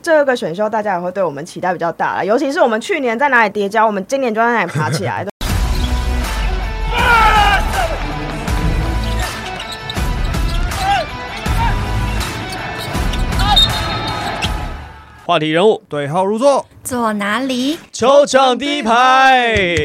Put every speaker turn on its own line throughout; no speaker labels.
这个选秀大家也会对我们期待比较大啦，尤其是我们去年在哪里跌跤，我们今年就在哪里爬起来。
话题人物
对号入座，
坐哪 里？
球场第一排。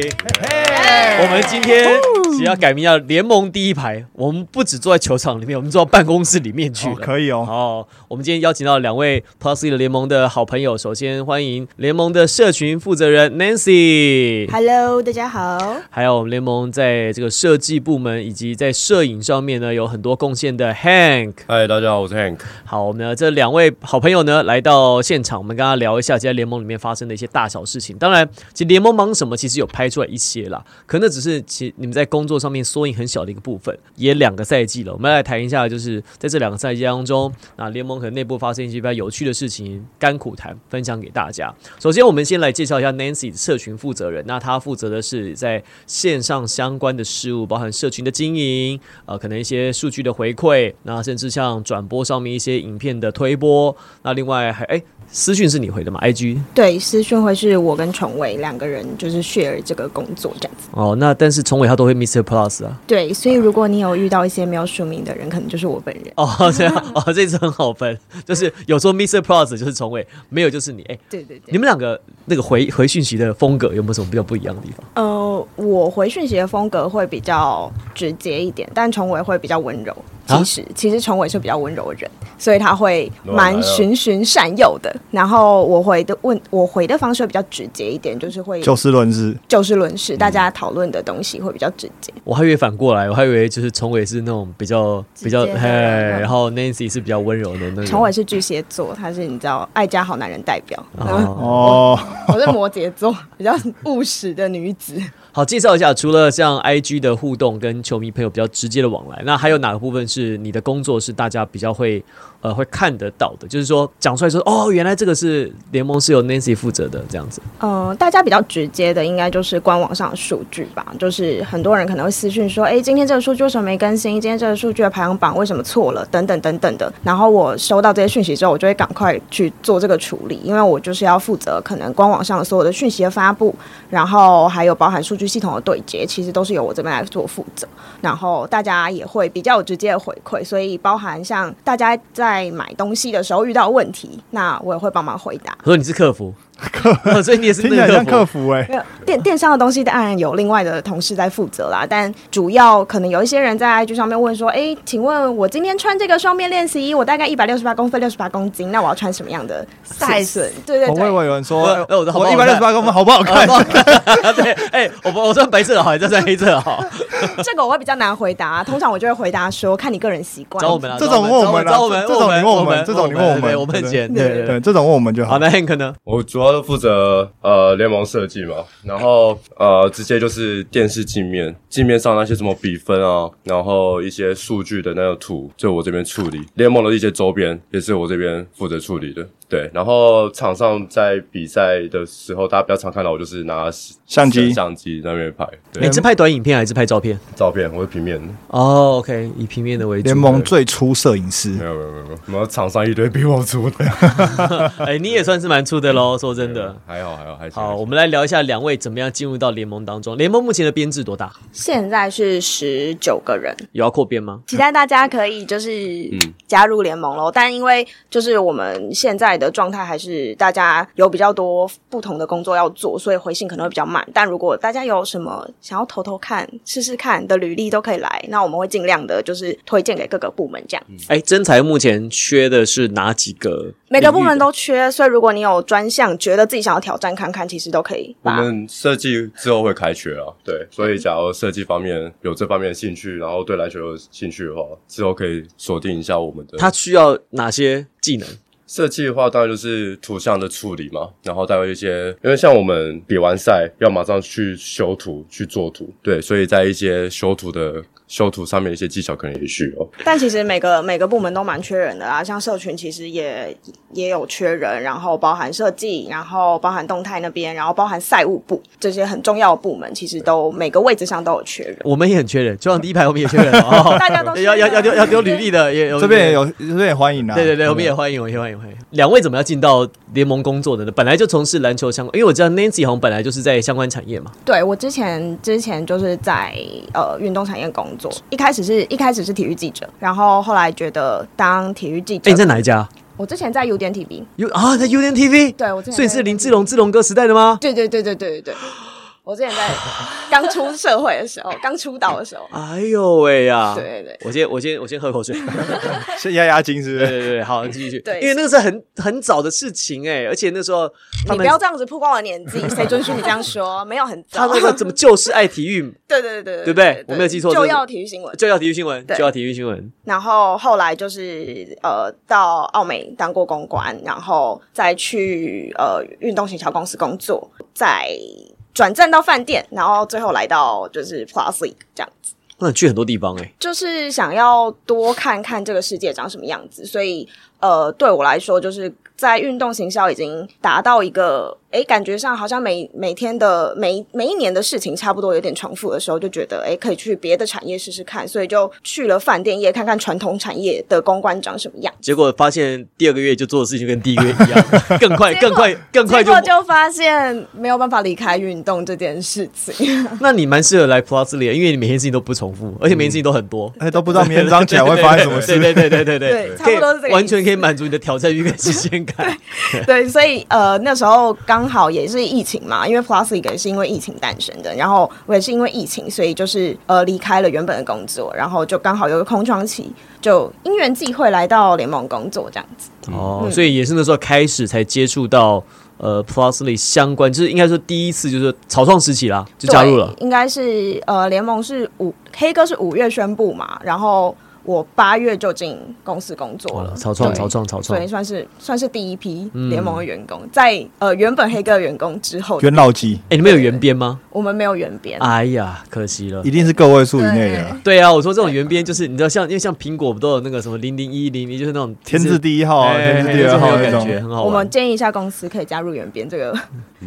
我们今天只要改名叫联盟第一排，我们不只坐在球场里面，我们坐到办公室里面去
哦，
了。
可以哦，
哦，我们今天邀请到两位 Plus 的联盟的好朋友，首先欢迎联盟的社群负责人 Nancy，
Hello，大家好。
还有我们联盟在这个设计部门以及在摄影上面呢有很多贡献的 Hank。
嗨，大家好，我是 Hank。
好，我们呢这两位好朋友呢来到现场，我们跟他聊一下今天联盟里面发生的一些大小事情。当然，其实联盟忙什么，其实有拍出来一些啦，可那只是其你们在工作上面缩影很小的一个部分。也两个赛季了，我们来谈一下，就是在这两个赛季当中，那联盟可能内部发生一些比较有趣的事情，甘苦谈分享给大家。首先，我们先来介绍一下 Nancy 社群负责人，那他负责的是在线上相关的事务，包含社群的经营，呃，可能一些数据的回馈，那甚至像转播上面一些影片的推播，那另外还哎、私讯是你回的嘛？IG
对，私讯会是我跟崇伟两个人就是 share 这个工作这样子。
哦，那但是崇伟他都会 Mr. Plus 啊，
对，所以如果你有遇到一些没有署名的人，可能就是我本人。
哦 这样哦，这次很好分，就是有时候 Mr. Plus 就是崇伟，没有就是你，哎、
对对
你
对。
们两个那个回回讯息的风格有没有什么比较不一样的地方？
呃，我回讯息的风格会比较直接一点，但崇伟会比较温柔。
啊
其实，其实崇伟是比较温柔的人，所以他会
乱来
蛮
哦
循循善诱的。然后我回的问，我回的方式会比较直接一点，就是会
就事论事，
就事论事，大家讨论的东西会比较直接。
我还以为反过来，我还以为就是崇伟是那种比较比较
直接
嘿，
的嗯
然后 Nancy 是比较温柔的那种。
崇伟是巨蟹座，他是你知道爱家好男人代表。
哦，
哦，
我是摩羯座，比较务实的女子。
好，介绍一下，除了像 IG 的互动跟球迷朋友比较直接的往来，那还有哪个部分是你的工作是大家比较会呃会看得到的？就是说讲出来说，哦，原来这个是联盟是由 Nancy 负责的这样子。
嗯、大家比较直接的应该就是官网上的数据吧，就是很多人可能会私讯说，哎、今天这个数据为什么没更新？今天这个数据的排行榜为什么错了？等等等等的。然后我收到这些讯息之后，我就会赶快去做这个处理，因为我就是要负责可能官网上所有的讯息的发布，然后还有包含数据系统的对接，其实都是由我这边来做负责。然后大家也会比较有直接的回馈，所以包含像大家在买东西的时候遇到问题，那我也会帮忙回答。
所以你是客服，客，所以你也是
听起
那
来
个
像
客
客
服。
服哎，
没有电电商的东西当然有另外的同事在负责啦，但主要可能有一些人在 IG 上面问说，哎，请问我今天穿这个双面练习衣，我大概一百六十八公分，六十八公斤，那我要穿什么样的
Size
尺寸？对对
我会
对。
有人说
呃，呃我的好不好
我一
看
百六十八公分好不好看？
哦 对，哎、我我我穿白色的好，还是穿黑色的 好？
这个我会比较难回答，通常我就会回答说，看你个人习惯。
找我们啊，
这种问我们啊
找我们，
这种你问我
我
们，这种你问我
对对
们，
我们很
对
闲，对对
对
对
对，。这种问我们就
好，
好。
那 Hank 呢？
我主要都负责呃联盟设计嘛，然后呃直接就是电视镜面，镜面上那些什么比分啊，然后一些数据的那个图，就我这边处理。联盟的一些周边也是我这边负责处理的。对，然后场上在比赛的时候，大家比较常看到我就是拿
相机哎
相机在那边拍，
你
对，
是拍短影片还是拍照片？
照片我是平面的，
哦，OK，以平面的为主。
联盟最初摄影师
没，有没有没有没有，然后场上一堆比我粗的，
哎，你也算是蛮粗的喽，说真的。
还好还好还行。
好，我们来聊一下两位怎么样进入到联盟当中。联盟目前的编制多大？
现在是十九个人，
有要扩编吗？
期待大家可以就是
嗯
加入联盟喽。但因为就是我们现在的状态还是大家有比较多不同的工作要做，所以回信可能会比较慢。但如果大家有什么想要偷偷看、试试看的履历都可以来，那我们会尽量的就是推荐给各个部门这样。
嗯
哎，真才目前缺的是哪几个？
每个部门都缺，所以如果你有专项，觉得自己想要挑战看看，其实都可以
我
把。
们设计之后会开学啊，对，所以假如设计方面有这方面的兴趣，然后对篮球有兴趣的话，之后可以锁定一下我们的。
他需要哪些技能？
设计的话，当然就是图像的处理嘛，然后再有一些，因为像我们比完赛要马上去修图去做图，对，所以在一些修图的。修图上面的一些技巧可能也需要。
但其实每个每个部门都蛮缺人的啦，像社群其实也也有缺人，然后包含设计，然后包含动态那边，然后包含赛务部这些很重要的部门，其实都每个位置上都有缺人。
我们也很缺人，就像第一排我们也缺人 哦，
大家 都缺
要要要丢
人
要丢履历的，也有
这边也。有，这边也欢迎啊。
对对对，我们也欢迎，我们也欢迎，欢迎。两位怎么要进到联盟工作的呢？本来就从事篮球相关，因为我知道 Nancy 好像本来就是在相关产业嘛。
对我之前之前就是在呃运动产业工作，一开始是一开始是体育记者，然后后来觉得当体育记
哎，
者，
你在哪一家
我之前在 U 点 TV，
？U 啊，在 U N T V。
对我之前在
所以你是林志龙志龙哥时代的吗？
对对对对对对对，我之前在刚出社会的时候，刚出道的时候，
哎呦喂呀！
对对对
我先我先我先喝口水。
是压压惊是不
对
是？
对对，好，继续。
对
因为那个是很很早的事情哎，而且那时候他
你不
们
要这样子曝光我年纪，谁准许你这样说？没有很
他
早，
那个怎么就是爱体育，
对对对
对不对我没有记错
就
这个
要体育新闻。
就要体育新闻，
对
就要体育新闻。
然后后来就是呃到澳美当过公关，然后再去呃运动行销公司工作，再转战到饭店，然后最后来到就是 Plus League 这样。
那你去很多地方哎、
就是想要多看看这个世界长什么样子，所以呃，对我来说，就是在运动行销已经达到一个，诶，感觉上好像每每天的每每一年的事情差不多有点重复的时候，就觉得诶，可以去别的产业试试看，所以就去了饭店业看看传统产业的公关长什么样。
结果发现第二个月就做的事情跟第一个月一 样，更快、
结
更
果
快、更快
结
就
果。就发现没有办法离开运动这件事情，
那你蛮适合来 Plus 里的，因为你每件事情都不重复，而且每件事情都很多。
哎，都不知道明天早上起来会发生什么事。
对对对对对
对差不多是这个意
可以
思
完全可以满足你的挑战欲跟新鲜感。
对，所以呃那时候刚好也是疫情嘛，因为 Plus 也是因为疫情诞生的，然后我也是因为疫情，所以就是呃离开了原本的工作，然后就刚好有个空窗期，就因缘际会来到联盟工作这样子。
嗯
哦，所以也是那时候开始才接触到呃 Plus 里相关，就是应该说第一次就是草创时期啦，就加入了
对。应该是呃联盟是五黑哥是五月宣布嘛，然后我八月就进公司工作
哇
了，
草创
对
草创草
所以
创，
算
嗯
是算是第一批联盟的员工，在呃原本黑哥的员工之后，
元老级
哎，你们有原编吗？
我们没有原编，
哎呀，可惜了
一。定是个位数以内的，
对啊，我说这种原编就是你知道像，因为像苹果不都有那个什么零零一零一，就是那种
天字第一号啊，
哎
天字第二号
这很
那
有感觉，
种。
很好
我
玩。嗯
们建议一下公司可以加入原编这个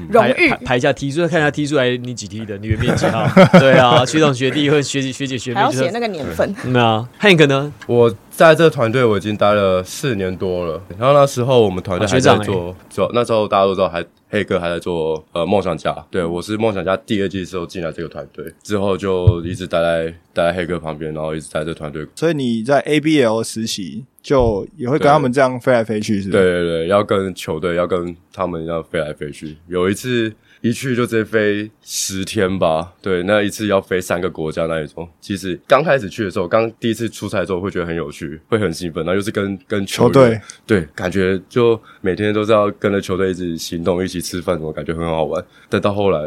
荣
排
誉
排，排一下踢，就是看一下踢出来你几踢的，你原面几号？ 对啊，学长学弟或者学姐学姐学妹
还要
就是
写那个年份。
嗯啊，Hank 呢？
我在这团队我已经待了四年多了，然后那时候我们团队
啊
还
学
在
长
做，做那时候大家都知道还黑哥还在做呃梦想家，对我是梦想家第二季的时候进来这个团队，之后就一直待在待在黑哥旁边，然后一直待在这团队。
嗯
所以你在 ABL 实习，就也会跟他们这样飞来飞去，是吧
对？对对，要跟球队要跟他们要飞来飞去，有一次。一去就直接飞十天吧，对，那一次要飞三个国家那一种。其实刚开始去的时候，刚第一次出差的时候会觉得很有趣，会很兴奋，然后又是跟跟
球
球员
哦
队
对，感觉就每天都是要跟着球队一起行动，一起吃饭，我感觉很好玩。但到后来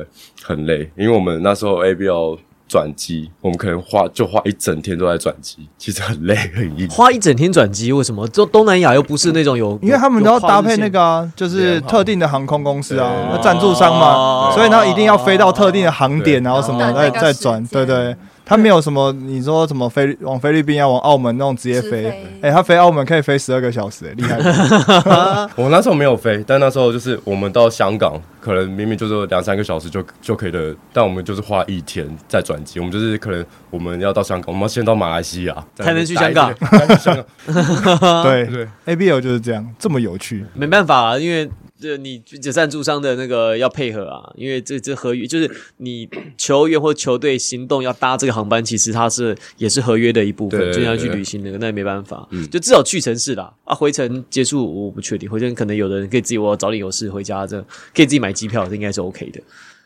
很累，因为我们那时候 ABL 转机，我们可能花就花一整天都在转机，其实很累很硬。
花一整天转机，为什么？就东南亚又不是那种有，
因为他们都要搭配那
有
个啊，就是特定的航空公司啊，
对
那赞助商
哦
嘛，所以呢一定要飞到特定的航点，然后什么
对
再
那个
再
时
转，对
间
对。他没有什么，你说什么菲往菲律宾啊要往澳门那种直接
直
飞
飞，
哎，他飞澳门可以飞十二个小时，哎厉害。
我那时候没有飞，但那时候就是我们到香港，可能明明就是两三个小时就就可以的，但我们就是花一天在转机。我们就是可能我们要到香港，我们要先到马来西亚
才能去香
再
港
待一天再去香港。
对
对
，ABL 就是这样，这么有趣。
没办法啊，因为。这你这赞助商的那个要配合啊，因为这这合约就是你球员或球队行动要搭这个航班，其实它是也是合约的一部分，
对对
就像去
对嗯
旅行那个，那也没办法，就至少去程是啦。啊，回程结束我不确定，回程可能有的人可以自己，我早点有事回家，这可以自己买机票，这应该是 OK 的。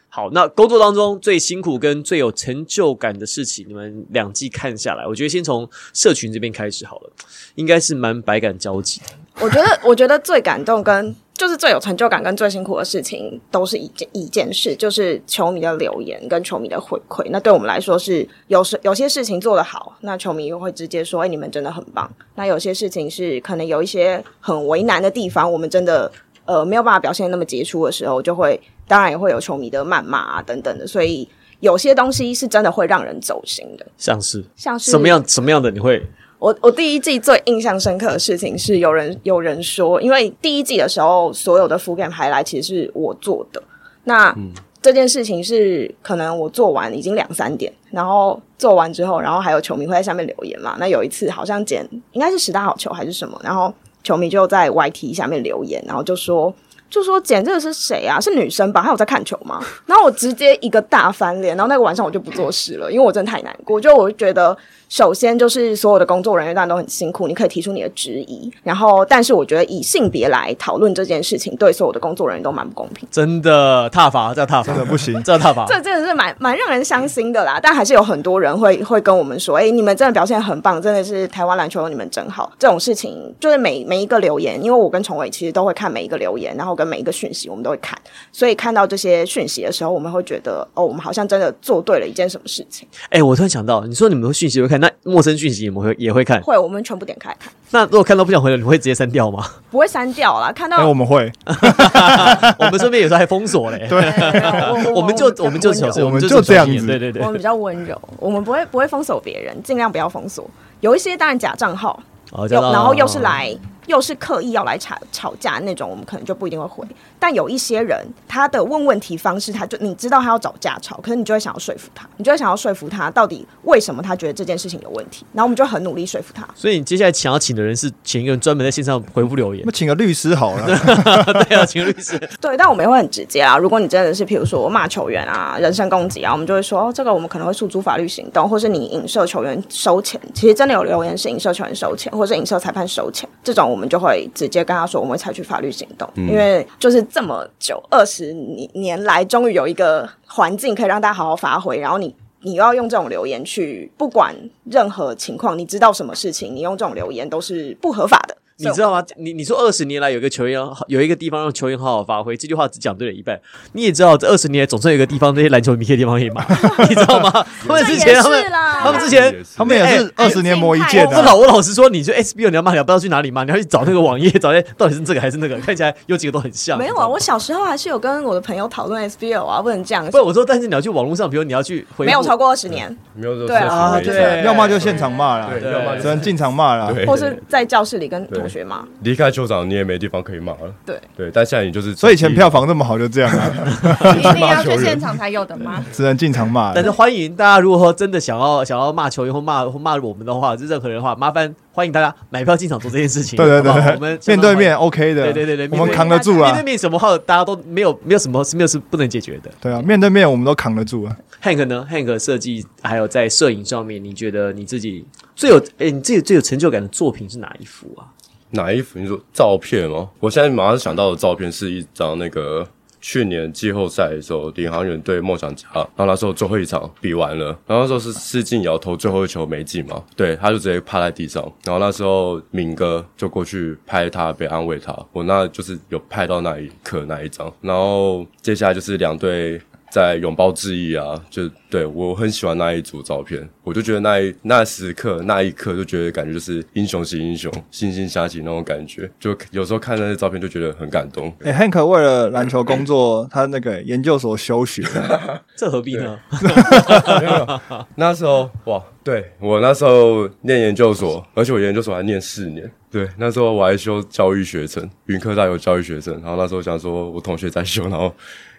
好，那工作当中最辛苦跟最有成就感的事情，你们两季看下来，我觉得先从社群这边开始好了，应该是蛮百感交集的。
我觉得，我觉得最感动跟就是最有成就感跟最辛苦的事情，都是一件一件事，就是球迷的留言跟球迷的回馈。那对我们来说是有时有些事情做得好，那球迷又会直接说：“哎、你们真的很棒。”那有些事情是可能有一些很为难的地方，我们真的呃没有办法表现得那么杰出的时候，就会当然也会有球迷的谩骂啊等等的，所以。有些东西是真的会让人走心的，
像是
像是
什么样什么样的你会
我我第一季最印象深刻的事情是，有人有人说，因为第一季的时候，所有的 full game 排来其实是我做的。那、
嗯
这件事情是可能我做完已经两三点，然后做完之后，然后还有球迷会在下面留言嘛。那有一次好像捡应该是十大好球还是什么，然后球迷就在 YT 下面留言，然后就说。就说捡这个是谁啊？是女生吧？她有在看球吗？ 然后我直接一个大翻脸，然后那个晚上我就不做事了，因为我真的太难过。就我就觉得首先就是所有的工作人员当然都很辛苦，你可以提出你的质疑。然后，但是我觉得以性别来讨论这件事情，对所有的工作人员都蛮不公平。
真的踏伐？这样踏伐
真 的不行
这样踏伐。
这真的是蛮蛮让人伤心的啦，但还是有很多人会会跟我们说，哎、你们真的表现很棒，真的是台湾篮球有你们真好。这种事情就是每每一个留言，因为我跟崇伟其实都会看每一个留言，然后跟每一个讯息我们都会看，所以看到这些讯息的时候，我们会觉得哦，我们好像真的做对了一件什么事情。
哎、我突然想到，你说你们讯息会看，那陌生讯息你们会也会看？
会，我们全部点开看，
那如果看到不想回的，你会直接删掉吗？
不会删掉啦。看到、
哎，我们会，
我们这边有时候还封锁嘞。
对，
我们就我们就小事，
我们
就
就这样子
对对对
我。们比较温柔，我们不会不会封锁别人，尽量不要封锁。有一些当然假账号，
哦这
又
样
然后又是来又是刻意要来吵吵架那种，我们可能就不一定会回。但有一些人，他的问问题方式，他就你知道他要找架吵，可是你就会想要说服他，你就会想要说服他到底为什么他觉得这件事情有问题，然后我们就很努力说服他。
所以你接下来想要请的人是请一个人专门在线上回复留言
那，请个律师好了。
对啊，请律师。
对，但我们也会很直接啊。如果你真的是，譬如说骂球员啊、人身攻击啊，我们就会说、哦、这个我们可能会诉诸法律行动，或是你影射球员收钱。其实真的有留言是影射球员收钱，或是影射裁判收钱，这种我们就会直接跟他说我们会采取法律行动，
嗯
因为就是这么久二十年年来，终于有一个环境可以让大家好好发挥，然后你。你要用这种留言去，不管任何情况，你知道什么事情，你用这种留言都是不合法的。
你知道吗？你你说二十年来有一个球员有一个地方让球员好好发挥，这句话只讲对了一半。你也知道，这二十年来总是有一个地方，这些篮球迷的地方可 以骂，你知道 吗？他们之前他们
啦
他们之前
也是
他们也是
哎
二十年磨一剑啊
我
对
的、
哦老我老实说，你就 SBO 你要骂，你要不知道去哪里骂，你要去找那个网页，找那到底是这个还是那个，看起来有几个都很像。
没有啊，我小时候还是有跟我的朋友讨论 SBL 啊，不能这样
不，。我说，但是你要去网络上，比如你要去回复
没有超过二十年，
没有这
对啊
种事情
对
没有
要么就现场骂啦，
对要么就
只能进场骂啦。
对
或是在教室里跟同学嘛。
离开球场，你也没地方可以骂了。
对
对，但现在你就是，
所以以前票房这么好，就这样啊，
一定要去现场才有的吗？
只能进场骂
但
了。
是欢迎大家，如果真的想要想要骂球员或骂或骂我们的话，就任何人的话，麻烦欢迎大家买票进场做这件事情。
对对对
好不好
对，
我们
面对面 OK 的，
对对对对面对面
我们扛得住
面对
啊。
面什么话，大家都没有没有什么是没有是不能解决的。
对啊，面对面我们都扛得住啊。
Hank 呢？Hank 设计还有在摄影上面，你觉得你自己最有诶、你自己最有成就感的作品是哪一幅啊？
哪一幅？你说照片吗？我现在马上想到的照片是一张那个去年季后赛的时候，领航员对梦想家，然后那时候最后一场比完了，然后那时候是施晋尧投最后一球没进嘛，对，他就直接趴在地上，然后那时候敏哥就过去拍他，被安慰他，我那就是有拍到那一刻那一张，然后接下来就是两队在拥抱致意啊，就对我很喜欢那一组照片，我就觉得那一那时刻那一刻就觉得感觉就是英雄惜英雄，惺惺相惜那种感觉，就有时候看那些照片就觉得很感动。
哎、汉 h a n k 为了篮球工作，他那个研究所 休学，
这何必呢？
那时候哇，对我那时候念研究所，而且我研究所还念四年。对，那时候我还修教育学程，云科大有教育学程，然后那时候想说我同学在修，然后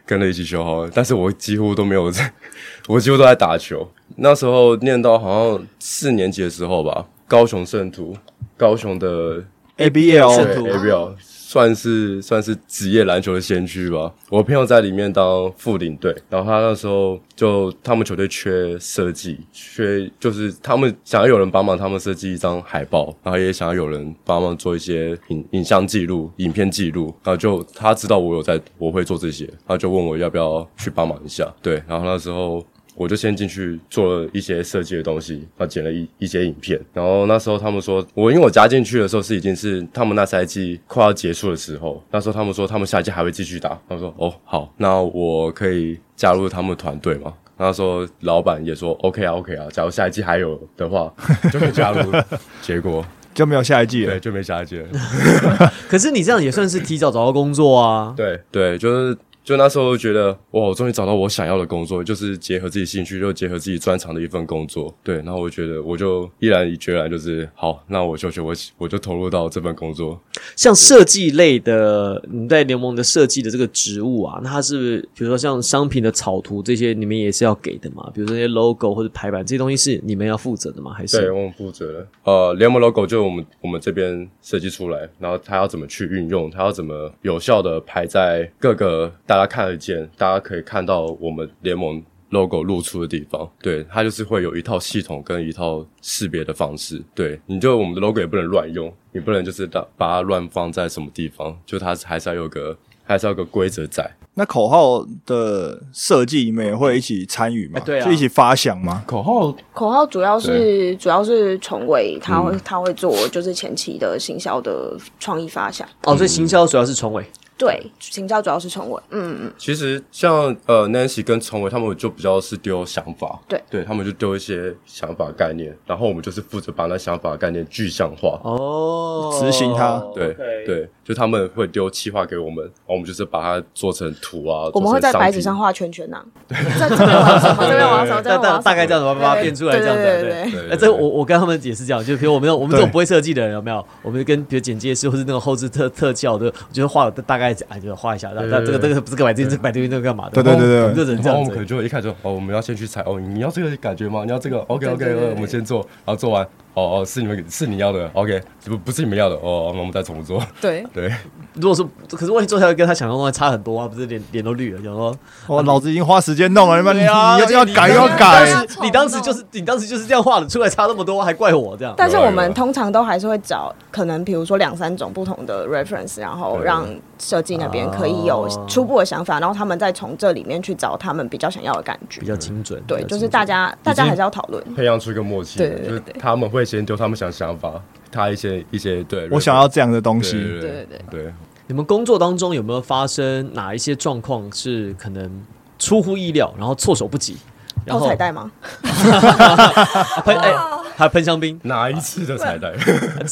跟着一起修好了，但是我几乎都没有在， 我几乎都在打球。那时候念到好像四年级的时候吧，高雄圣徒，高雄的
哎 ABL
圣徒
对 ABL 算是算是职业篮球的先驱吧。我朋友在里面当副领队，然后他那时候就他们球队缺设计，缺就是他们想要有人帮忙他们设计一张海报，然后也想要有人帮忙做一些影影像记录、影片记录，然后就他知道我有在，我会做这些，他就问我要不要去帮忙一下。对，然后那时候我就先进去做了一些设计的东西，然后剪了一一些影片。然后那时候他们说，我因为我加进去的时候是已经是他们那赛季快要结束的时候，那时候他们说他们下一季还会继续打。他们说哦好，那我可以加入他们团队吗？那时候老板也说 OK 啊 OK 啊，假如下一季还有的话就可以加入。结果
就没有下一季了
对。就没下一季了。
可是你这样也算是提早找到工作啊。
对对，就是就那时候觉得哇，我终于找到我想要的工作，就是结合自己兴趣，又结合自己专长的一份工作。对，然后我觉得我就毅然决然就是好，那我就学我我就投入到这份工作。
像设计类的，你在联盟的设计的这个职务啊，那它是不是比如说像商品的草图这些，你们也是要给的嘛？比如说那些 logo 或者排版这些东西是你们要负责的吗？还
对，
是
我们负责了。呃，联盟 logo 就我们我们这边设计出来，然后它要怎么去运用，它要怎么有效的排在各个大家看得见、大家可以看到我们联盟 logo 露出的地方。对，它就是会有一套系统跟一套识别的方式。对，你就我们的 logo 也不能乱用，你不能就是把把它乱放在什么地方，就它还是要有个还是要有个规则在。
那口号的设计，你们也会一起参与吗？
哎对啊
就一起发想吗？
口号
口号主要是主要是崇伟，他会、他会做就是前期的行销的创意发想，
哦，
嗯
所以行销主要是崇伟，
对，行销主要是崇伟，嗯嗯，
其实像呃 Nancy 跟崇伟他们就比较是丢想法，
对
对他们就丢一些想法概念，然后我们就是负责把那想法概念具象化。
哦，
执行它
对
OK
对，就他们会丢企划给我们，然后我们就是把它做成图啊，
我们会
做成
在
商
白
品
纸上画圈圈啊呐、 在这边玩什么，这边玩什么，这
大
边
大
玩
大
什么，
概这样子，把把它变出来这样子，
对对对对
对
哎，这我我跟他们也是这样，就比如我们那种我们这种
对
不会设计的人有没有？我们跟比如简介师或是那种后置特特效的，我觉得画大概哎，就画一下，那这个这个不是摆这个摆这个这个干嘛的？
对对对对
我们就只能这
然后
样
我们可能
子。
就一开始就哦，我们要先去采哦，你要这个感觉吗？你要这个？OK OK，
对
呃
对对
我们先做，然后做完，哦哦，是你们是你要的，OK，不不是你们要的，哦，那我们再重做。
对，
对，
如果说可是问题做下来跟他想象中的差很多啊，不是脸脸都绿了，想说
哇，老子已经花时间弄了，你们你
对啊
要要改
你
要
要
改，
你当时就是你当时就是这样画的，出来差那么多，还怪我这样。
但是
有啊
我们
有啊
通常都还是会找可能，比如说两三种不同的 reference，然后
对
让设计那边可以有
哦
初步的想法，然后他们再从这里面去找他们比较想要的感觉
比。较精准，
对，就是大家大家还是要讨论。
培养出一个默契，
对对对
就是他们会先丢他们想想法，他一些一些对，
我想要这样的东
对
西。
对
对对
对对，
你们工作当中有没有发生哪一些状况是可能出乎意料，然后措手不及，然
偷
后
哦彩哦带 吗？
喷哎，还喷香槟？
哪一次的彩带？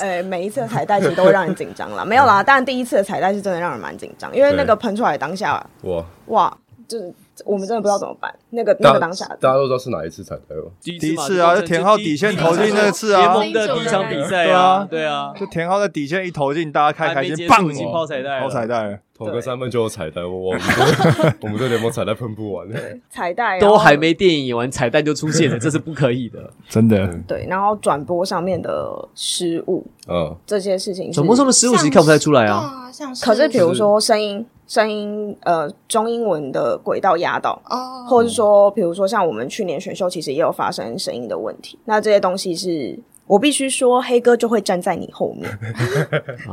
哎，每一次的彩带其实都会让人紧张啦。没有啦，但第一次的彩带是真的让人蛮紧张，因为那个喷出来当下，
哇，
哇，就是我们真的不知道怎么办。那个
大
那个当下，
大家都知道是哪一次彩带吗？哦
第
第一次啊，就田浩底线投进那次
联
啊，
盟的第一场比赛啊，对啊，
就田浩在底线一投进，大家开
还
开
没
心，
结
棒哦
束已经抛彩带了
抛彩带了。
投个三分就有彩带，我我们 这我们这联盟彩带喷不完。
彩带然后
都还没电影演完，彩蛋就出现了，这是不可以 的。
真的
嗯
对，然后转播上面的失误
嗯，
这些事情是，
转播上的失误其实看不太出来啊，
啊，像是
可是比如说声音、声音呃中英文的轨道压到，
哦，
或者是说比如说像我们去年选秀其实也有发生声音的问题，那这些东西是。我必须说，黑哥就会站在你后面，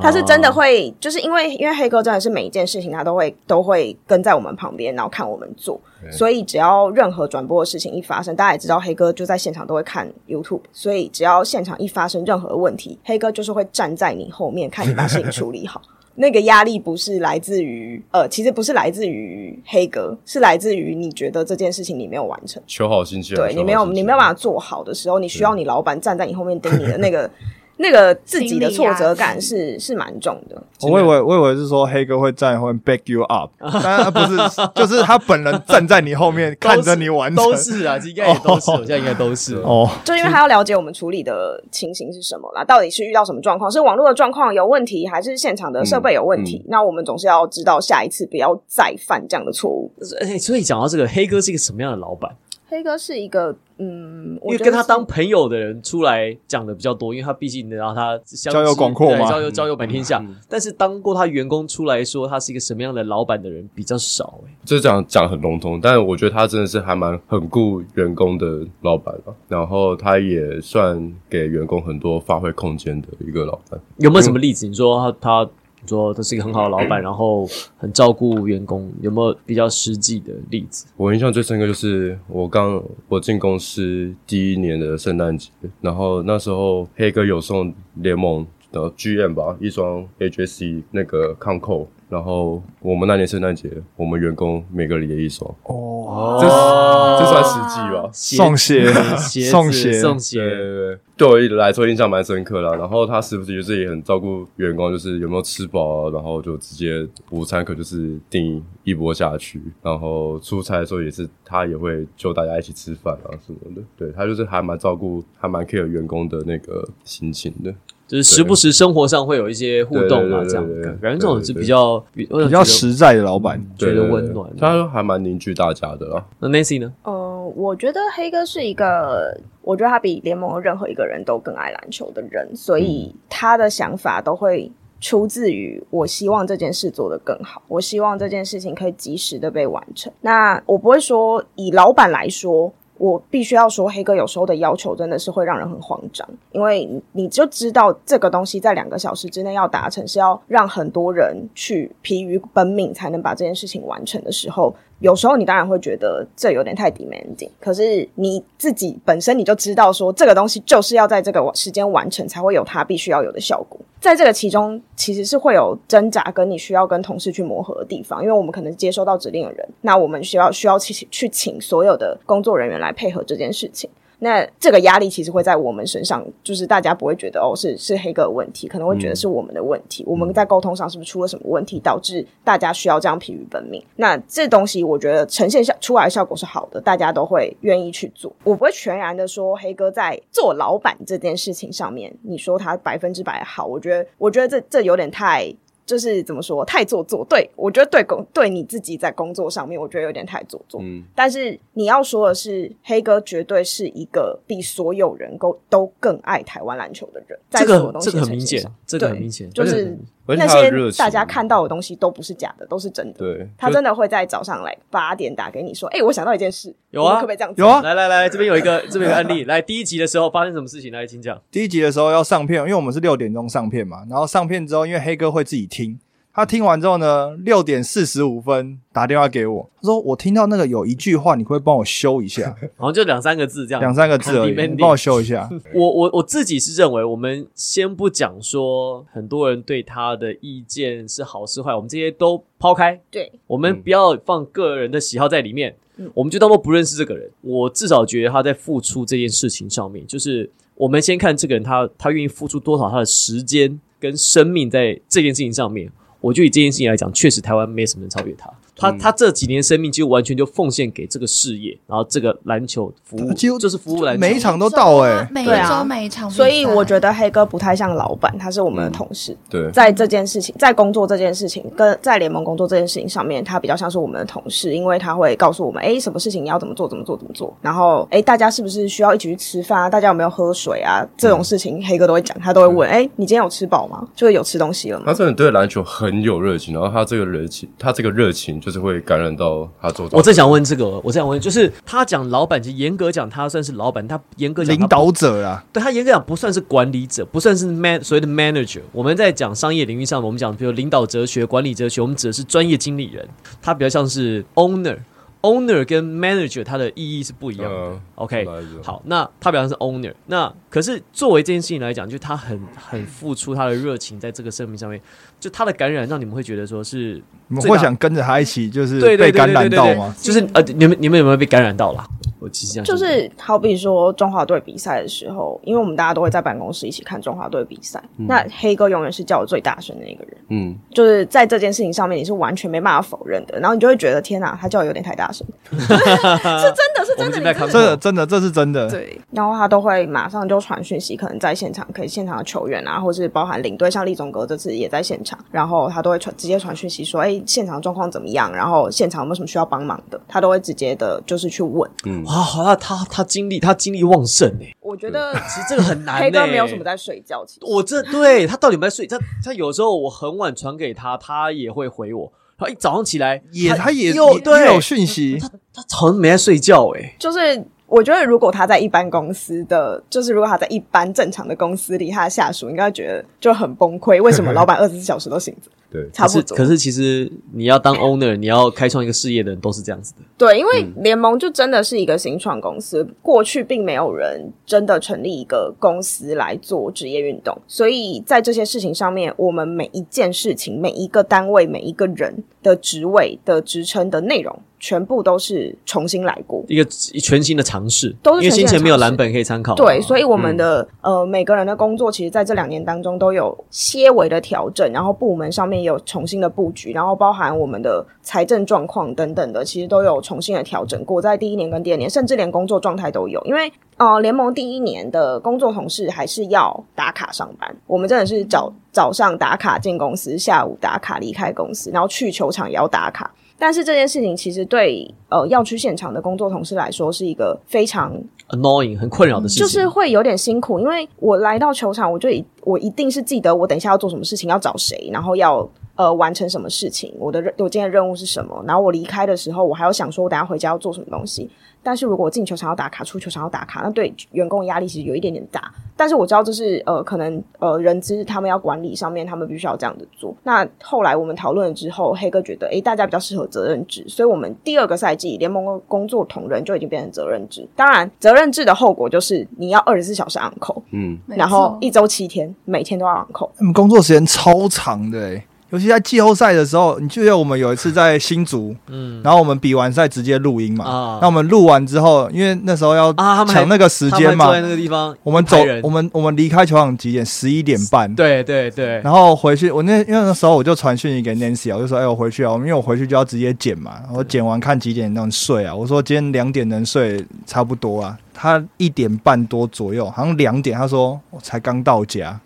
他是
哦
真的
啊
会，就是因为因为黑哥真的是每一件事情他都会都会跟在我们旁边，然后看我们做，所以只要任何转播的事情一发生，大家也知道黑哥就在现场都会看 YouTube，所以只要现场一发生任何问题，黑哥就是会站在你后面看你把事情处理好。那个压力不是来自于，呃，其实不是来自于黑哥，是来自于你觉得这件事情你没有完成，
求好心切啊。
对
求好
你没有
心切
你没有办法做好的时候，你需
嗯
要你老板站在你后面盯你的那 个那个自己的挫折感是是蛮重的。
哦我以为我以为是说黑哥会站会 back you up，但不是，就是他本人站在你后面看着你完 成
都。是啊，应该也都是，我现在应该都是。
哦，
就因为他要了解我们处理的情形是什么啦，到底是遇到什么状况，是网络的状况有问题，还是现场的设备有问题？
嗯
那我们总是要知道下一次不要再犯这样的错误。
哎，所以讲到这个，黑哥是一个什么样的老板？
黑哥是一个，嗯，
因
我
为
觉
跟
得
他
是
当朋友的人出来讲的比较多，因为他毕竟你知道他相
交友
知
广阔
对
嘛
交友交友满天下
嗯。
但是当过他员工出来说他是一个什么样的老板的人比较少，哎，
就是讲讲很笼统，但我觉得他真的是还蛮很顾员工的老板啊，然后他也算给员工很多发挥空间的一个老板。
有没有什么例子？你说他他你说他是一个很好的老板，然后很照顾员工，有没有比较实际的例子？
我印象最深刻就是我刚我进公司第一年的圣诞节，然后那时候黑哥有送联盟的 GM 吧一双 AJC 那个抗扣，然后我们那年圣诞节我们员工每个人也一双，
哦，
这这算实际吧？
鞋
送鞋
鞋子
送鞋
送
对
鞋，
对对，对我来说印象蛮深刻啦。然后他时不时就是也很照顾员工，就是有没有吃饱、啊，然后就直接午餐可就是订一波下去。然后出差的时候也是他也会就大家一起吃饭啊什么的。对他就是还蛮照顾，还蛮 care 员工的那个心情的。
就是时不时生活上会有一些互动嘛，
对对对
这样
对对
感
对
感觉这种是比较比比
比较实在的老板，
觉
对
得
对对
温暖的。
他还蛮凝聚大家的啦。
那 Nancy 呢？
呃，我觉得黑哥是一个，我觉得他比联盟任何一个人都更爱篮球的人，所以他的想法都会出自于我希望这件事做得更好，我希望这件事情可以及时的被完成。那我不会说以老板来说。我必须要说，黑哥有时候的要求真的是会让人很慌张，因为你你就知道这个东西在两个小时之内要达成，是要让很多人去疲于奔命才能把这件事情完成的时候，有时候你当然会觉得这有点太 demanding，可是你自己本身你就知道说这个东西就是要在这个时间完成才会有它必须要有的效果。在这个其中其实是会有挣扎，跟你需要跟同事去磨合的地方，因为我们可能接收到指令的人，那我们需要需要去去请所有的工作人员来配合这件事情。那这个压力其实会在我们身上，就是大家不会觉得哦是是黑哥的问题，可能会觉得是我们的问题，我
嗯
们在沟通上是不是出了什么问题，导致大家需要这样疲于奔命？那这东西我觉得呈现效出来的效果是好的，大家都会愿意去做。我不会全然的说黑哥在做老板这件事情上面，你说他百分之百好，我觉得我觉得这这有点太。就是怎么说太做作，对我觉得对工对你自己在工作上面，我觉得有点太做作。
嗯，
但是你要说的是，黑哥绝对是一个比所有人都都更爱台湾篮球的人。在
这
所有
个
东西
这
的
个很
呈
明
现
显
上，
这个
对
很明显，
就
这个很
是
明显
而且
那
他的
些
热情
大家看到的东西都不是假的，都是真的。
对，
他
就
真的会在早上来八点打给你说：“哎、我想到一件事，
有
我们
啊
可不可以这样子？”
有啊
来来来，这边有一个这边有个案例，来第一集的时候发生什么事情，来请讲。
第一集的时候要上片，因为我们是六点钟上片嘛，然后上片之后，因为黑哥会自己听，他听完之后呢，六点四十五分打电话给我，他说我听到那个有一句话，你可不可以帮我修 一下，
好像就两三个字这样，
两三个字而已，
Condimending
你帮我修 一下。
我我我自己是认为，我们先不讲说很多人对他的意见是好是坏，我们这些都抛开，
对，
我们
嗯
不要放个人的喜好在里面，
嗯
我们就当做不认识这个人。我至少觉得他在付出这件事情上面，就是我们先看这个人他他愿意付出多少他的时间跟生命在这件事情上面。我觉得以这件事情来讲，确实台湾没什么人超越他。他、
嗯
他这几年生命就完全就奉献给这个事业，然后这个篮球服务，
几乎
就是服务篮球。
每一场都到哎、
每一
对啊
周每一场比赛，
所以我觉得黑哥不太像老板，他是我们的同事。
对，
在这件事情，在工作这件事情跟在联盟工作这件事情上面，他比较像是我们的同事，因为他会告诉我们，哎，什么事情你要怎么做，怎么做，怎么做。然后，哎，大家是不是需要一起去吃饭啊？大家有没有喝水啊？这种事情黑哥都会讲，他都会问，哎，你今天有吃饱吗？就是有吃东西了吗
他？真的对篮球很有热情，然后他这个热情，他这个热情就是会感染到他周遭。
我正想问这个，我正想问，就是他讲老板，其实严格讲他算是老板，他严格讲他
欸领，导者啊啦，
对他严格讲不算是管理者，不算是 man 所谓的 manager。我们在讲商业领域上，我们讲比如领导哲学、管理哲学，我们指的是专业经理人，他比较像是 owner。owner 跟 manager 它的意义是不一样的。
嗯
OK，
本来就
好，那他表示是 owner，那可是作为这件事情来讲，就他很很付出他的热情在这个生命上面，就他的感染让你们会觉得说是
你们
最大
会想跟着他一起，就是
对对
被
对
感染
对对
到
对
吗？
就是呃，你们你们有没有被感染到啦？我其实这样
就
想
是好比说中华队比赛的时候，因为我们大家都会在办公室一起看中华队比赛，
嗯
那黑哥永远是叫我最大声的那个人。
嗯，
就是在这件事情上面，你是完全没办法否认的。然后你就会觉得，天哪，他叫的有点太大声，是真的，是
我
真的，
们这
你
边
真
看
的
不
这
到
个真的，这是真的。
对，
然后他都会马上就传讯息，可能在现场，可以现场的球员啊，或是包含领队，像立总哥这次也在现场，然后他都会传直接传讯息说，哎，现场状况怎么样？然后现场有没有什么需要帮忙的？他都会直接的，就是去问。
哇，好啦，他他精力他精力旺盛哎、
我觉得
其实这个很难、欸。
黑哥没有什么。在睡觉，其实
我这对他到底有没有在睡？他他有时候我很晚传给他，他也会回我。然后一早上起来，
也他也
又
也
对嗯
也有讯息，
他好像没在睡觉哎、
就是我觉得，如果他在一般公司的，就是如果他在一般正常的公司里，他的下属应该觉得就很崩溃。为什么老板二十四小时都醒着？
对
差
可
不
是
多。
可是其实你要当 owner，你要开创一个事业的人都是这样子的。
对，因
嗯
为联盟就真的是一个新创公司，过去并没有人真的成立一个公司来做职业运动，所以在这些事情上面，我们每一件事情、每一个单位、每一个人的职位的职称的内容，全部都是重新来过。
一个全新的尝试，
都是
因为
全新的
先前没有
尝试
蓝本可以参考嘛。
对，所以我们的、呃每个人的工作，其实在这两年当中都有些微的调整，然后部门上面也有重新的布局，然后包含我们的财政状况等等的，其实都有重新的调整过，在第一年跟第二年，甚至连工作状态都有，因为。呃，联盟第一年的工作同事还是要打卡上班，我们真的是早早上打卡进公司，下午打卡离开公司，然后去球场也要打卡。但是这件事情其实对呃要去现场的工作同事来说是一个非常
annoying 很困扰的事情，
就是会有点辛苦，因为我来到球场，我就一我一定是记得我等一下要做什么事情，要找谁，然后要呃完成什么事情，我的任我今天的任务是什么，然后我离开的时候，我还要想说我等一下回家要做什么东西。但是如果我进球场要打卡，出球场要打卡，那对员工的压力其实有一点点大。但是我知道这是呃，可能呃，人资他们要管理上面，他们必须要这样子做。那后来我们讨论了之后，黑哥觉得，诶，大家比较适合责任制，所以我们第二个赛季联盟的工作同仁就已经变成责任制。当然，责任制的后果就是你要二十四小时 on call，
嗯，
然后一周七天，每天都要 on call。
他们工作时间超长的、欸，尤其在季后赛的时候，你记得我们有一次在新竹，嗯，然后我们比完赛直接录音嘛，
啊
那我们录完之后，因为那时候要
啊他们还
抢那个时间
他们还
嘛
坐在，那个地方，
我们
一
走
排人，
我们我们离开球场几点？十一点半。
对对对，
然后回去，我那因为那时候我就传讯息给 Nancy 啊，我就说，哎、我回去啊，因为我回去就要直接剪嘛，我剪完看几点能睡啊，我说今天两点能睡差不多啊，他一点半多左右，好像两点，他说我才刚到家，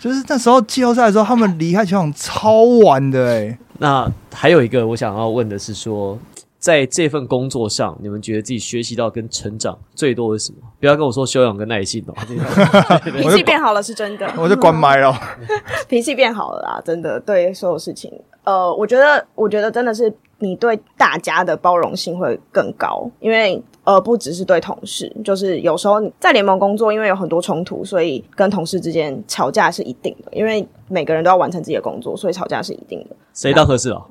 就是那时候季后赛的时候，他们离开球场超晚的哎、
那还有一个我想要问的是说，在这份工作上，你们觉得自己学习到跟成长最多的是什么？不要跟我说修养跟耐性哦，
脾气变好了是真的，
我就关麦了。
脾气变好了啦，真的对所有事情，呃，我觉得，我觉得真的是你对大家的包容性会更高，因为呃，不只是对同事，就是有时候你在联盟工作，因为有很多冲突，所以跟同事之间吵架是一定的，因为每个人都要完成自己的工作，所以吵架是一定的，
谁当合适哦？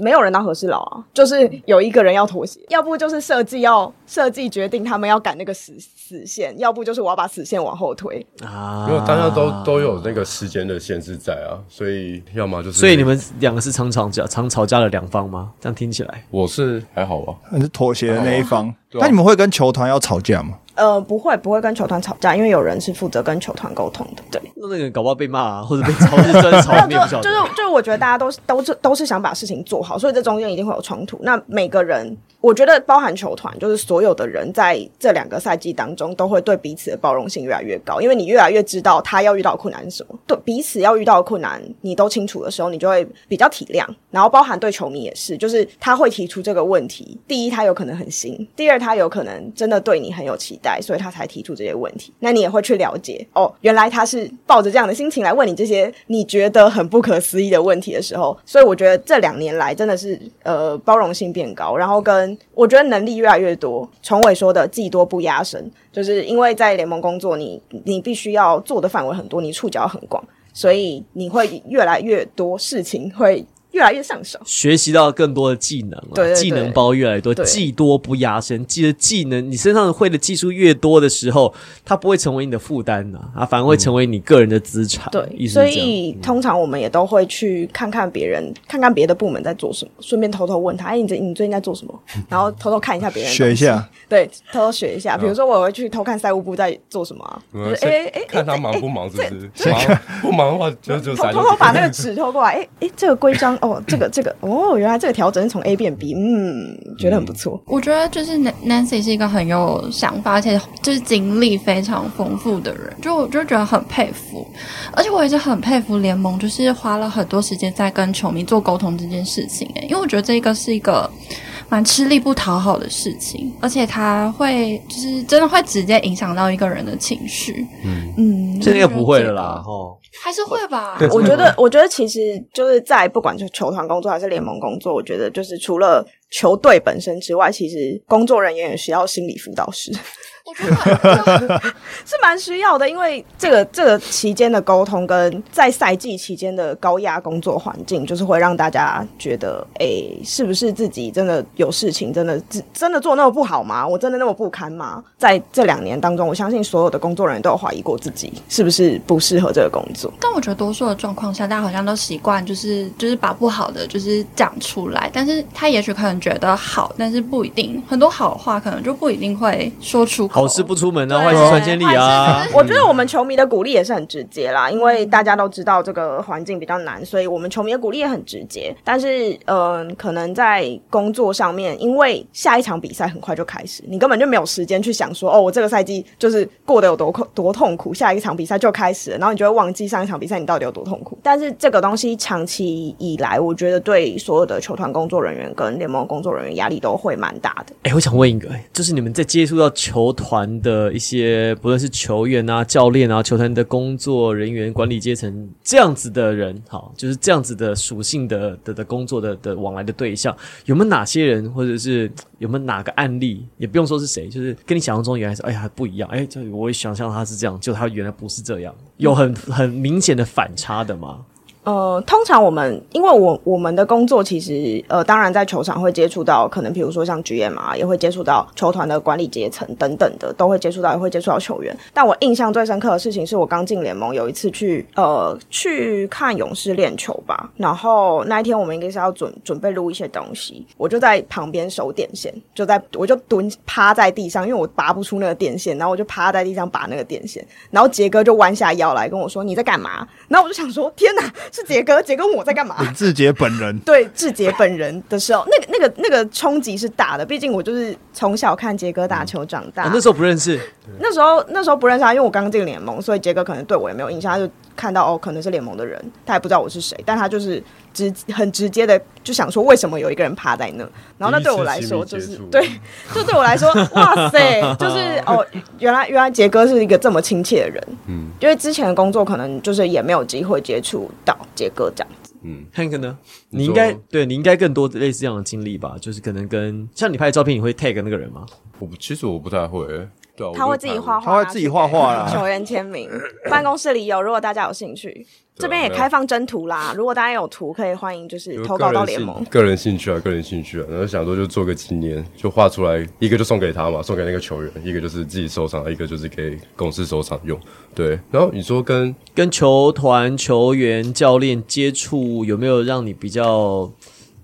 没有人当和事佬啊，就是有一个人要妥协，要不就是设计要设计决定他们要赶那个死死线，要不就是我要把死线往后推，
啊，
因为大家都都有那个时间的限制在啊，所以要么就是，
所以你们两个是常吵架、常吵架的两方吗？这样听起来，
我是还好吧，
你是妥协的那一方。
对啊
那你们会跟球团要吵架吗？
呃，不会不会跟球团吵架，因为有人是负责跟球团沟通的，对。
那那个人搞不好被骂、啊、或者被吵，是真的吵，
没
你也
有，
不
就
晓
就
得
是。就是，我觉得大家都是都是都是想把事情做好，所以这中间一定会有冲突。那每个人，我觉得包含球团，就是所有的人在这两个赛季当中，都会对彼此的包容性越来越高，因为你越来越知道他要遇到的困难是什么，对彼此要遇到的困难你都清楚的时候，你就会比较体谅。然后包含对球迷也是，就是他会提出这个问题，第一他有可能很新，第二他有可能真的对你很有期待，所以他才提出这些问题。那你也会去了解哦，原来他是抱着这样的心情来问你这些你觉得很不可思议的问题的时候，所以我觉得这两年来真的是呃包容性变高，然后跟我觉得能力越来越多。崇伟说的“技多不压身”，就是因为在联盟工作你，你必须要做的范围很多，你触角很广，所以你会越来越多事情会越来越上手。
学习到更多的技能、啊，
对对对
技能包越来越多，
对
技多不压身。记得技能，你身上会的技术越多的时候，它不会成为你的负担呐，啊，反而会成为你个人的资产。意
对，
思
所
是这样。
以通常我们也都会去看看别人，看看别的部门在做什么，顺便偷偷问他，哎，你这你最近在做什么？然后偷偷看一下别人的东
学
西
一，下，
对，偷偷学一下。比如说，我会去偷看赛务部在做什么啊，就
嗯
是
所以
哎哎哎，
看他忙不忙，是不是？忙不忙的话就就
偷
闪
偷偷把那 个纸偷过来，哎哎，这个规章哦，这个这个哦，原来这个调整是从 A 变 B，嗯，觉得很不错。
我觉得就是 Nan- Nancy 是一个很有想法，而且就是经历非常丰富的人，就我就觉得很佩服。而且我也是很佩服联盟，就是花了很多时间在跟球迷做沟通这件事情、欸，因为我觉得这个是一个蛮吃力不讨好的事情，而且它会就是真的会直接影响到一个人的情绪。嗯嗯，
现在应该
我觉得
不会
这
了
个
啦，，哦，
还是会吧？
我觉得，我觉得其实就是在不管是球团工作还是联盟工作，我觉得就是除了球队本身之外，其实工作人员也需要心理辅导师，
我觉得很
是蛮需要的。因为这个这个期间的沟通跟在赛季期间的高压工作环境，就是会让大家觉得，哎、是不是自己真的有事情，真的真真的做那么不好吗？我真的那么不堪吗？在这两年当中，我相信所有的工作人员都有怀疑过自己是不是不适合这个工作。
但我觉得多数的状况下，大家好像都习惯就是就是把不好的就是讲出来，但是他也许可能觉得好，但是不一定很多好话可能就不一定会说出口。
好事不出门啊，
对
坏事传千里啊
坏事。
我觉得我们球迷的鼓励也是很直接啦，因为大家都知道这个环境比较难，所以我们球迷的鼓励也很直接。但是，嗯、可能在工作上面，因为下一场比赛很快就开始，你根本就没有时间去想说，哦，我这个赛季就是过得有多痛多痛苦，下一场比赛就开始了，然后你就会忘记上一场比赛你到底有多痛苦。但是这个东西长期以来，我觉得对所有的球团工作人员跟联盟工作人员压力都会蛮大的。
哎、我想问一个，诶就是你们在接触到球团的一些，不论是球员啊、教练啊、球团的工作人员、管理阶层这样子的人，好，就是这样子的属性的的的工作的的往来的对象，有没有哪些人，或者是有没有哪个案例，也不用说是谁，就是跟你想象中原来是哎呀不一样，哎，这我也想象他是这样，就他原来不是这样，有很很明显的反差的吗？
呃，通常我们因为我我们的工作其实呃，当然在球场会接触到，可能比如说像 GM 啊，也会接触到球团的管理阶层等等的，都会接触到，也会接触到球员。但我印象最深刻的事情是我刚进联盟有一次去呃去看勇士练球吧，然后那一天我们应该是要准准备录一些东西，我就在旁边手点线，就在我就蹲趴在地上，因为我拔不出那个电线，然后我就趴在地上拔那个电线，然后杰哥就弯下腰来跟我说你在干嘛？然后我就想说天哪，是杰哥，杰哥问我在干嘛？
林志杰本人
对志杰本人的时候，那个那个那个冲击是大的，毕竟我就是从小看杰哥打球长大。
啊、那时候不认识，
那时候那时候不认识啊他，因为我刚进联盟，所以杰哥可能对我也没有印象，他就看到哦，可能是联盟的人，他也不知道我是谁，但他就是直很直接的就想说，为什么有一个人趴在那？然后那对我来说
第
就
一次
是
亲密接触
对，就对我来说，哇塞，就是哦，原来原来杰哥是一个这么亲切的人，嗯，因为之前的工作可能就是也没有机会接触到杰哥这样。
Hank 呢？你
你
应
说
该对你应该更多类似这样的经历吧？就是可能跟像你拍的照片，你会 tag 那个人吗？
我不其实我不太会，对啊，
他
我
会
就
自己
看
画
我
画拿去给，
他会自己画画 啦
球员签名，办公室里有，如果大家有兴趣，这边也
没有
开放征图啦。如果大家有图，可以欢迎就是
有
投
个
稿到
人
联
兴
盟。
个人兴趣啊，个人兴趣啊，然后想说就做个纪念，就画出来，一个就送给他嘛，送给那个球员，一个就是自己收藏，一个就是给公司收藏用。对，然后你说跟
跟球团、球员、教练接触，有没有让你比较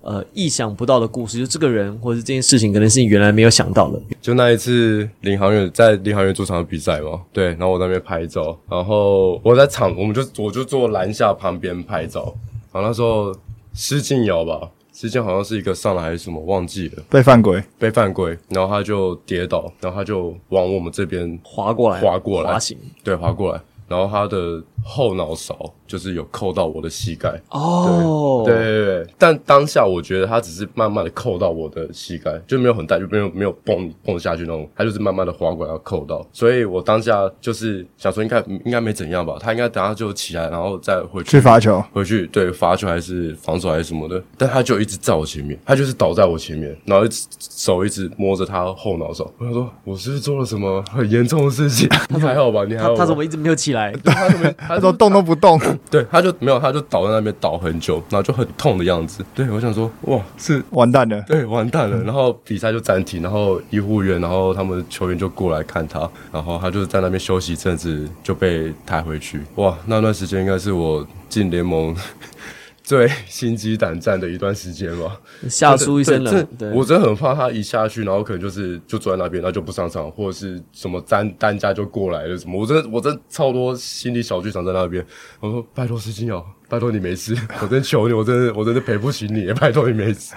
呃意想不到的故事？就这个人或者是这件事情，可能是你原来没有想到的。
就那一次领航员在领航员主场的比赛嘛，对，然后我在那边拍照，然后我在场，我们就我就坐篮下旁边拍照，然后那时候施静瑶吧，施静瑶好像是一个上来还是什么忘记了，
被犯规，
被犯规，然后他就跌倒，然后他就往我们这边
划过来，
划过来
滑行
对滑过来，然后他的后脑勺就是有扣到我的膝盖，
哦，
对，对对，但当下我觉得他只是慢慢的扣到我的膝盖，就没有很大，就没有没有蹦蹦下去那种，他就是慢慢的滑过来要扣到，所以我当下就是想说应该应该没怎样吧，他应该等下就起来，然后再回
去
去
罚球，
回去对罚球还是防守还是什么的，但他就一直在我前面，他就是倒在我前面，然后一直手一直摸着他后脑勺，我想说我是不是做了什么很严重的事情？你还好吧？你还好
他
吧？
他怎么一直没有起来？
对？他怎么？他
他
怎
说
么
动都不动，
对，他就没有，他就倒在那边倒很久，然后就很痛的样子。对我想说，哇，是，
完蛋了。
对，完蛋了。然后比赛就暂停，然后医护员，然后他们球员就过来看他，然后他就在那边休息一阵子，就被抬回去。哇，那段时间应该是我进联盟 最心惊胆战的一段时间吧。
吓出一身
对
冷
这。
对，
我真的很怕他一下去，然后可能就是就坐在那边，然后就不上场，或者是什么单单家就过来了什么。我真的我真的超多心理小剧场在那边。我说拜托石金瑶，拜托你没事，我真求你，我真的我真的赔不起你，拜托你没事。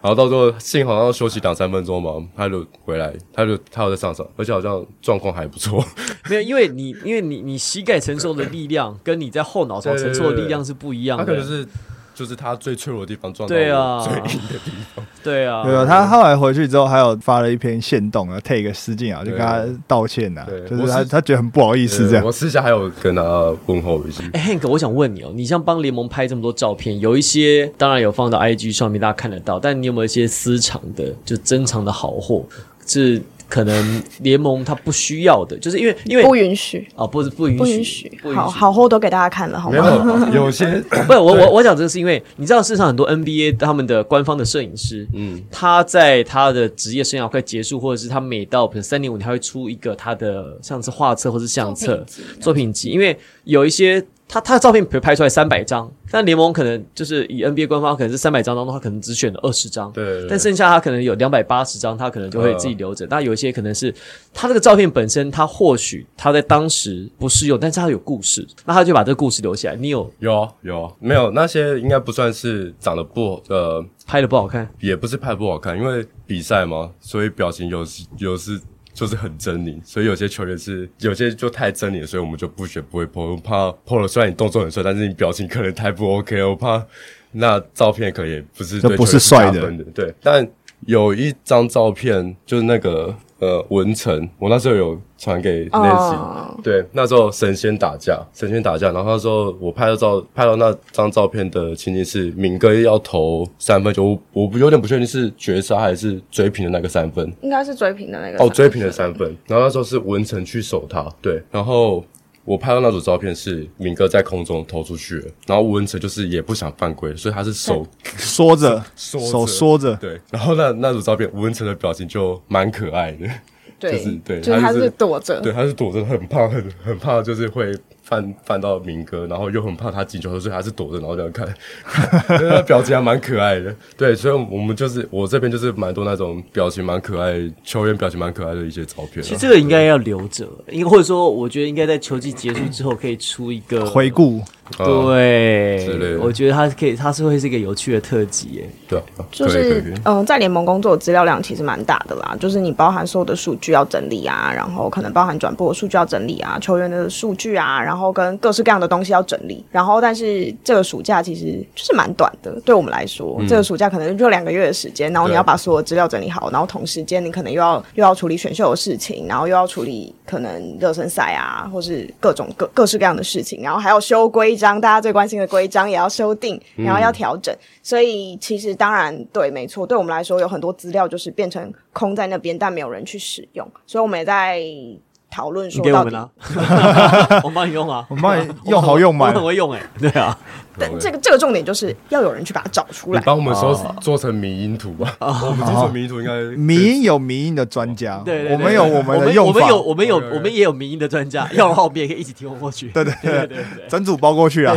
然后到最后幸好要休息两三分钟嘛，他就回来，他就他有在上场，而且好像状况还不错。
没有，因为你因为你你膝盖承受的力量跟你在后脑勺承受的力量是不一样
他
的。
可能就是就是他最脆弱的地方撞到
对啊
我最硬的地方。
对啊，
对啊，他后来回去之后，还有发了一篇线动啊，take 施静雅就跟他道歉呐、啊
对，
就是
我
他
是
他觉得很不好意思这
呃我
样。
私下还有跟他问候一下。
哎、h a n k 我想问你哦，你像帮联盟拍这么多照片，有一些当然有放到 IG 上面，大家看得到，但你有没有一些私藏的，就珍藏的好货，是可能联盟它不需要的，就是因为因为
不允许，
啊，不是不允许，
不允许。好好货都给大家看了，好
没
吗？
有，有些
不是我我我讲这个是因为你知道市场很多 NBA 他们的官方的摄影师，嗯
嗯，
他在他的职业生涯快结束，或者是他每到比如三年五年，他会出一个他的像是画册或是相册
作品集
作品集，因为有一些。他他的照片比如拍出来三百张，但联盟可能就是以 NBA 官方可能是三百张当中，他可能只选了二十张，
对对嗯对
但剩下他可能有两百八十张，他可能就会自己留着。那、有一些可能是他这个照片本身，他或许他在当时不适用，但是他有故事，那他就把这个故事留下来。你有
有有啊没有那些应该不算是长得不呃，
拍的不好看，
也不是拍得不好看，因为比赛嘛，所以表情有时有时就是很狰狞，所以有些球员是有些就太狰狞了，所以我们就不选不会 PO，我怕 PO 了虽然你动作很帅，但是你表情可能太不 OK，了我怕那照片可能也不是
就
对
不
球
是
员
帅
加
的
分的，对，但有一张照片就是那个呃文成，我那时候有传给 Nancy，、
哦，
对，那时候神仙打架，神仙打架，然后那时候我拍到照拍到那张照片的情景是敏哥要投三分球，我我不有点不确定是绝杀还是追平的那个三分，
应该是追平的那个。
哦，追平的三分，然后那时候是文成去守他，对，然后。我拍到那组照片是敏哥在空中投出去了，然后文成就是也不想犯规，所以他是手
缩着
缩着
手缩着，
对，然后那那组照片文成的表情就蛮可爱的，
对
就是对
就是他
他就是
是躲着，
对，他是躲着，很怕，很很怕，就是会犯犯到民哥，然后又很怕他进球，所以他是躲着，然后这样看， 他表情还蛮可爱的。对，所以我们就是我这边就是蛮多那种表情蛮可爱，球员表情蛮可爱的一些照片啊。
其实这个应该要留着，应或者说，我觉得应该在球季结束之后可以出一个
回。顾
嗯之类
对，
的
我觉得它可以，它是会是一个有趣的特辑耶。
对啊，
就
可以可
是
以可以
嗯、呃在联盟工作的资料量其实蛮大的啦，就是你包含所有的数据要整理啊，然后可能包含转播的数据要整理啊，球员的数据啊，然后跟各式各样的东西要整理。然后，但是这个暑假其实就是蛮短的，对我们来说，这个暑假可能就两个月的时间，然后你
嗯对
要把所有资料整理好，然后同时间你可能又要又要处理选秀的事情，然后又要处理可能热身赛啊，或是各种各各式各样的事情，然后还要修规章，大家最关心的规章也要修订，然
嗯
后要调整。所以其实当然对，没错，对我们来说有很多资料就是变成空在那边，但没有人去使用，所以我们也在讨论
你
说
给我
到
们
底。
啊， 我帮你用啊，
我们帮你用好用满
我很会用哎。对啊，
但
对
这个这个重点就是要有人去把它找出
你
来。
帮我们说做成迷因图吧，我们做成迷因图应该
迷音有迷音的专家，
对对啊 对，
我们有
对
我们的
我
用
们
法，
有我们有
OK，OK
我们也有民意的专 家，要的话我们也可以一起提供过去。对对对对对。
整组包过去啊，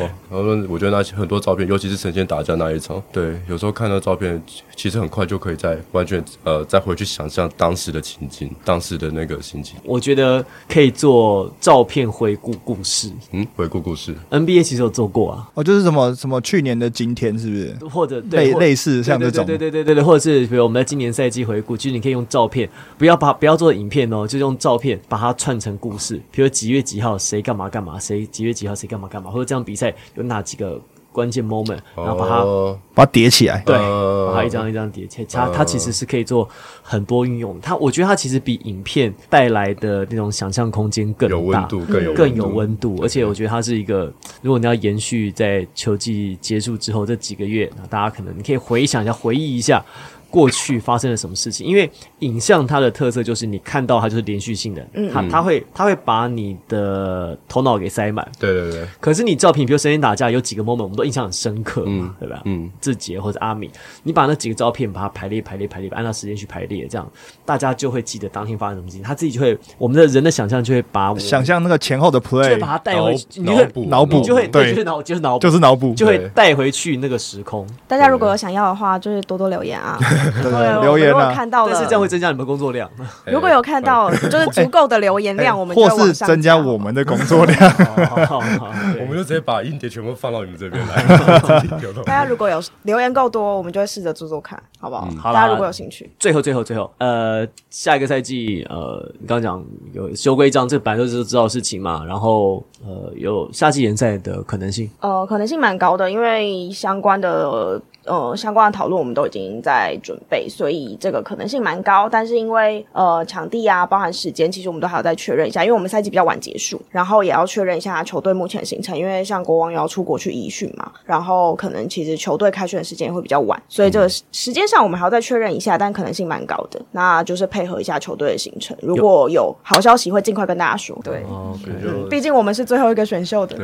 哇，然后我觉得那些很多照片，尤其是神仙打架那一场，对，有时候看到照片，其其实很快就可以再完全呃再回去想象当时的情景，当时的那个心情。
我觉得可以做照片回顾故事
嗯，回顾故事，
，NBA 其实有做过啊，
哦，就是什么什么去年的今天是不是？
或者
类
对或
类似像这种
对对对对对对，或者是比如我们在今年赛季回顾，就是你可以用照片，不要把不要做影片哦，就用照片把它串成故事，比如几月几号谁干嘛干嘛，谁几月几号谁干嘛干嘛，或者这样比赛有哪几个关键 moment，然后把它、
哦
把它叠起来。
对，
呃
把它一张一张叠起来，它它其实是可以做很多运用的，它我觉得它其实比影片带来的那种想象空间更大，
有温度，更有
更有
有
温度，而且我觉得它是一个，如果你要延续在球季结束之后这几个月，那大家可能你可以回想一下，回忆一下过去发生了什么事情，因为影像它的特色就是你看到它就是连续性的，它它会它会把你的头脑给塞满。
对对对，
可是你照片，比如神仙打架，有几个 moment 我们都印象很深刻嘛，对吧？
嗯，
志杰或者阿敏，你把那几个照片把它排列排列排列，按照时间去排列，这样大家就会记得当天发生什么事情，他自己就会，我们的人的想象就会把我
想象那个前后的
就
play，
会把它带回去，你就
脑
会
补
脑补
你就会
对
对，就是脑就是脑补
就是脑补，
就会
对
带回去那个时空，
大家如果有想要的话，就是多多留言啊，
对
对
嗯对
我
对
们
留言
如果
啊，
看到
但
了
是这样会增加你们工作量。
如果有看到就是足够的留言量，我们就会
哎或是
往上
增加
加
我们的工作量。
好好好，
我
对
们就直接把 硬碟全部放到你们这边来，自己丢到
大家如果有留言够多，我们就会试着做做看。好不好？
嗯
好啦
大家如果有兴趣，
最后，最后，最后，呃，下一个赛季，呃，你刚刚讲有修规章，这本来就是知道的事情嘛。然后，呃，有夏季联赛的可能性。
呃，可能性蛮高的，因为相关的呃相关的讨论我们都已经在准备，所以这个可能性蛮高。但是因为呃场地啊，包含时间，其实我们都还要再确认一下，因为我们赛季比较晚结束，然后也要确认一下球队目前行程，因为像国王也要出国去移训嘛，然后可能其实球队开训的时间也会比较晚，所以这个时时间上我们还要再确认一下，但可能性蛮高的。那就是配合一下球队的行程，如果有好消息会尽快跟大家说。对，
哦，
就
毕竟我们是最后一个选秀的。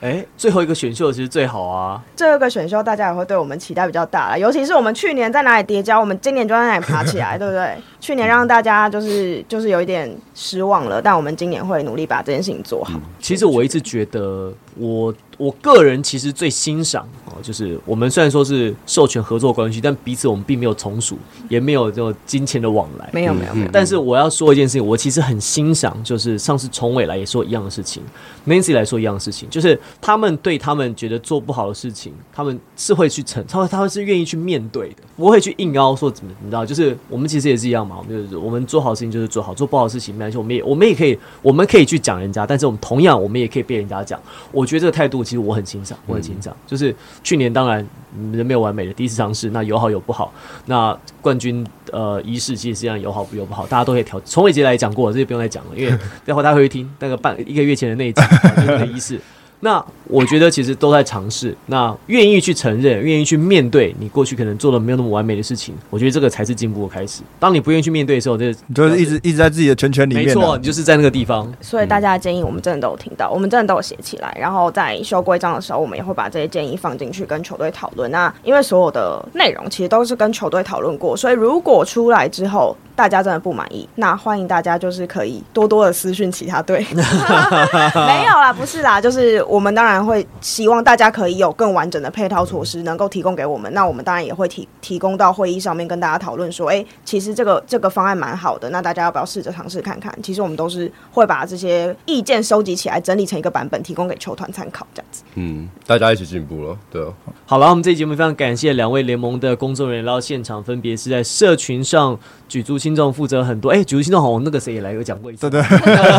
哎，最后一个选秀其实最好啊。
这个选秀大家也会对我们期待比较大了，尤其是我们去年在哪里跌跤，我们今年就在哪里爬起来， 对不对？去年让大家就是就是有一点失望了，但我们今年会努力把这件事情做好。
其实我一直觉得我，我个人其实最欣赏哦，就是我们虽然说是授权合作关系，但彼此我们并没有从属，也没有这种金钱的往来。
没有没有没有，
但是我要说一件事情，我其实很欣赏，就是上次崇伟来也说一样的事情，Nancy 来说一样的事情，就是他们对他们觉得做不好的事情，他们是会去承，他们他们是愿意去面对的，不会去硬凹说怎么，你知道，就是我们其实也是一样嘛，我们就是我们做好事情就是做好，做不好的事情没关系，我们也我们也可以，我们可以去讲人家，但是我们同样我们也可以被人家讲，我觉得这个态度其实我很欣赏，我很欣赏，就是去年当然嗯人没有完美的，第一次尝试，那有好有不好，那冠军呃仪式其实际上有好有不好，大家都可以调。从伟杰来讲过，这就不用再讲了，因为待会大家会听那个半一个月前的那一集 就是那个仪式。那我觉得其实都在尝试，那愿意去承认，愿意去面对你过去可能做的没有那么完美的事情，我觉得这个才是进步的开始。当你不愿意去面对的时候，这
你就是一直一直在自己的圈圈里
没
面
错，
啊。
你就是在那个地方。
所以大家的建议我们真的都有听到，我们真的都有写起来。然后在修规章的时候，我们也会把这些建议放进去跟球队讨论。那因为所有的内容其实都是跟球队讨论过，所以如果出来之后大家真的不满意，那欢迎大家就是可以多多的私讯其他队。没有啦，不是啦，就是我们当然会希望大家可以有更完整的配套措施能够提供给我们。那我们当然也会提提供到会议上面跟大家讨论说，哎、其实这个这个方案蛮好的，那大家要不要试着尝试看看？其实我们都是会把这些意见收集起来，整理成一个版本，提供给球团参考，这样子。
嗯，大家一起进步了，对啊，
好了，我们这期节目非常感谢两位联盟的工作人员来到现场，分别是在社群上举足轻重负责很多。哎、举足轻重好像那个谁也来有讲过一次，
对对，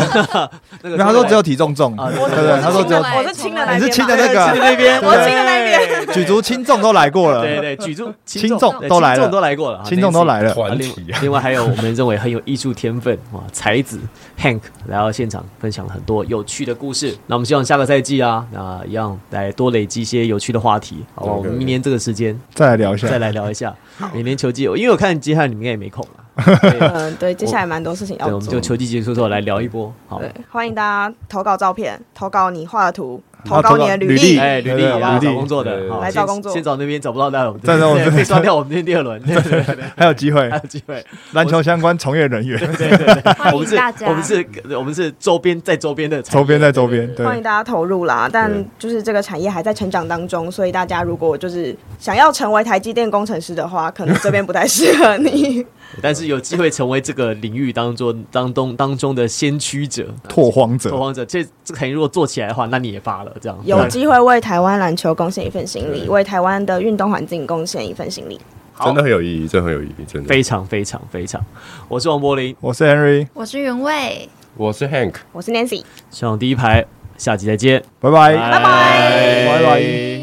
那个
因为他说只有体重重，
啊
对对，他说只有
对
我是亲的那一边嘛，
你是亲的那
去
个，
那边，
我亲的那边。
举足轻重都来过了，
对对，举重
轻
重
重
对
都来
轻重
了
都来过了，
轻重都来
了。
了。
啊
团
另
体
另外还有我们认为很有艺术天分哇，才子 Hank 来到现场分享了很多有趣的故事。那我们希望下个赛季啊，那一样来多累积一些有趣的话题，好吧？我
OK，OK
们明年这个时间
再来聊一下，
再来聊一下每年球季，因为我看接下来你们应该也没空了，
嗯，对，接下来蛮多事情
对，
要
我们就
做。
球季结束之后来聊一波，好。
对，欢迎大家投稿照片，投稿你画的图，
好
投稿你
啊投稿
的
履
履
历
历。
哎，履历
对对
啊，
履历
找工作的
对，
好
来
先
找工作
先找那边找不到，再来我们这
再
边，
来我们这
对被刷掉，我们这边第二轮，对对对，
还有机会
还，有机会。
篮球相关从业人员，
欢
哎 我们
迎
是
大家，
我们是，我们是周边在周边的产业
周边在周边，
欢迎
对，
大家投入啦，但就是这个产业还在成长当中，所以大家如果就是想要成为台积电工程师的话，可能这边不太适合 你。
但是有机会成为这个领域当中当中当中的先驱者、
拓荒者
拓，荒者。这这个行业如果做起来的话，那你也发了这样。
有机会为台湾篮球贡献一份心力，为台湾的运动环境贡献一份心力。
好
真的很有意义，真的很有意义，真的。
非常非常非常。我是王柏林，
我是 Henry，
我是原味。
我是 Hank。
我是 Nancy。
上第一排，下集再见，
拜拜，
拜
拜拜。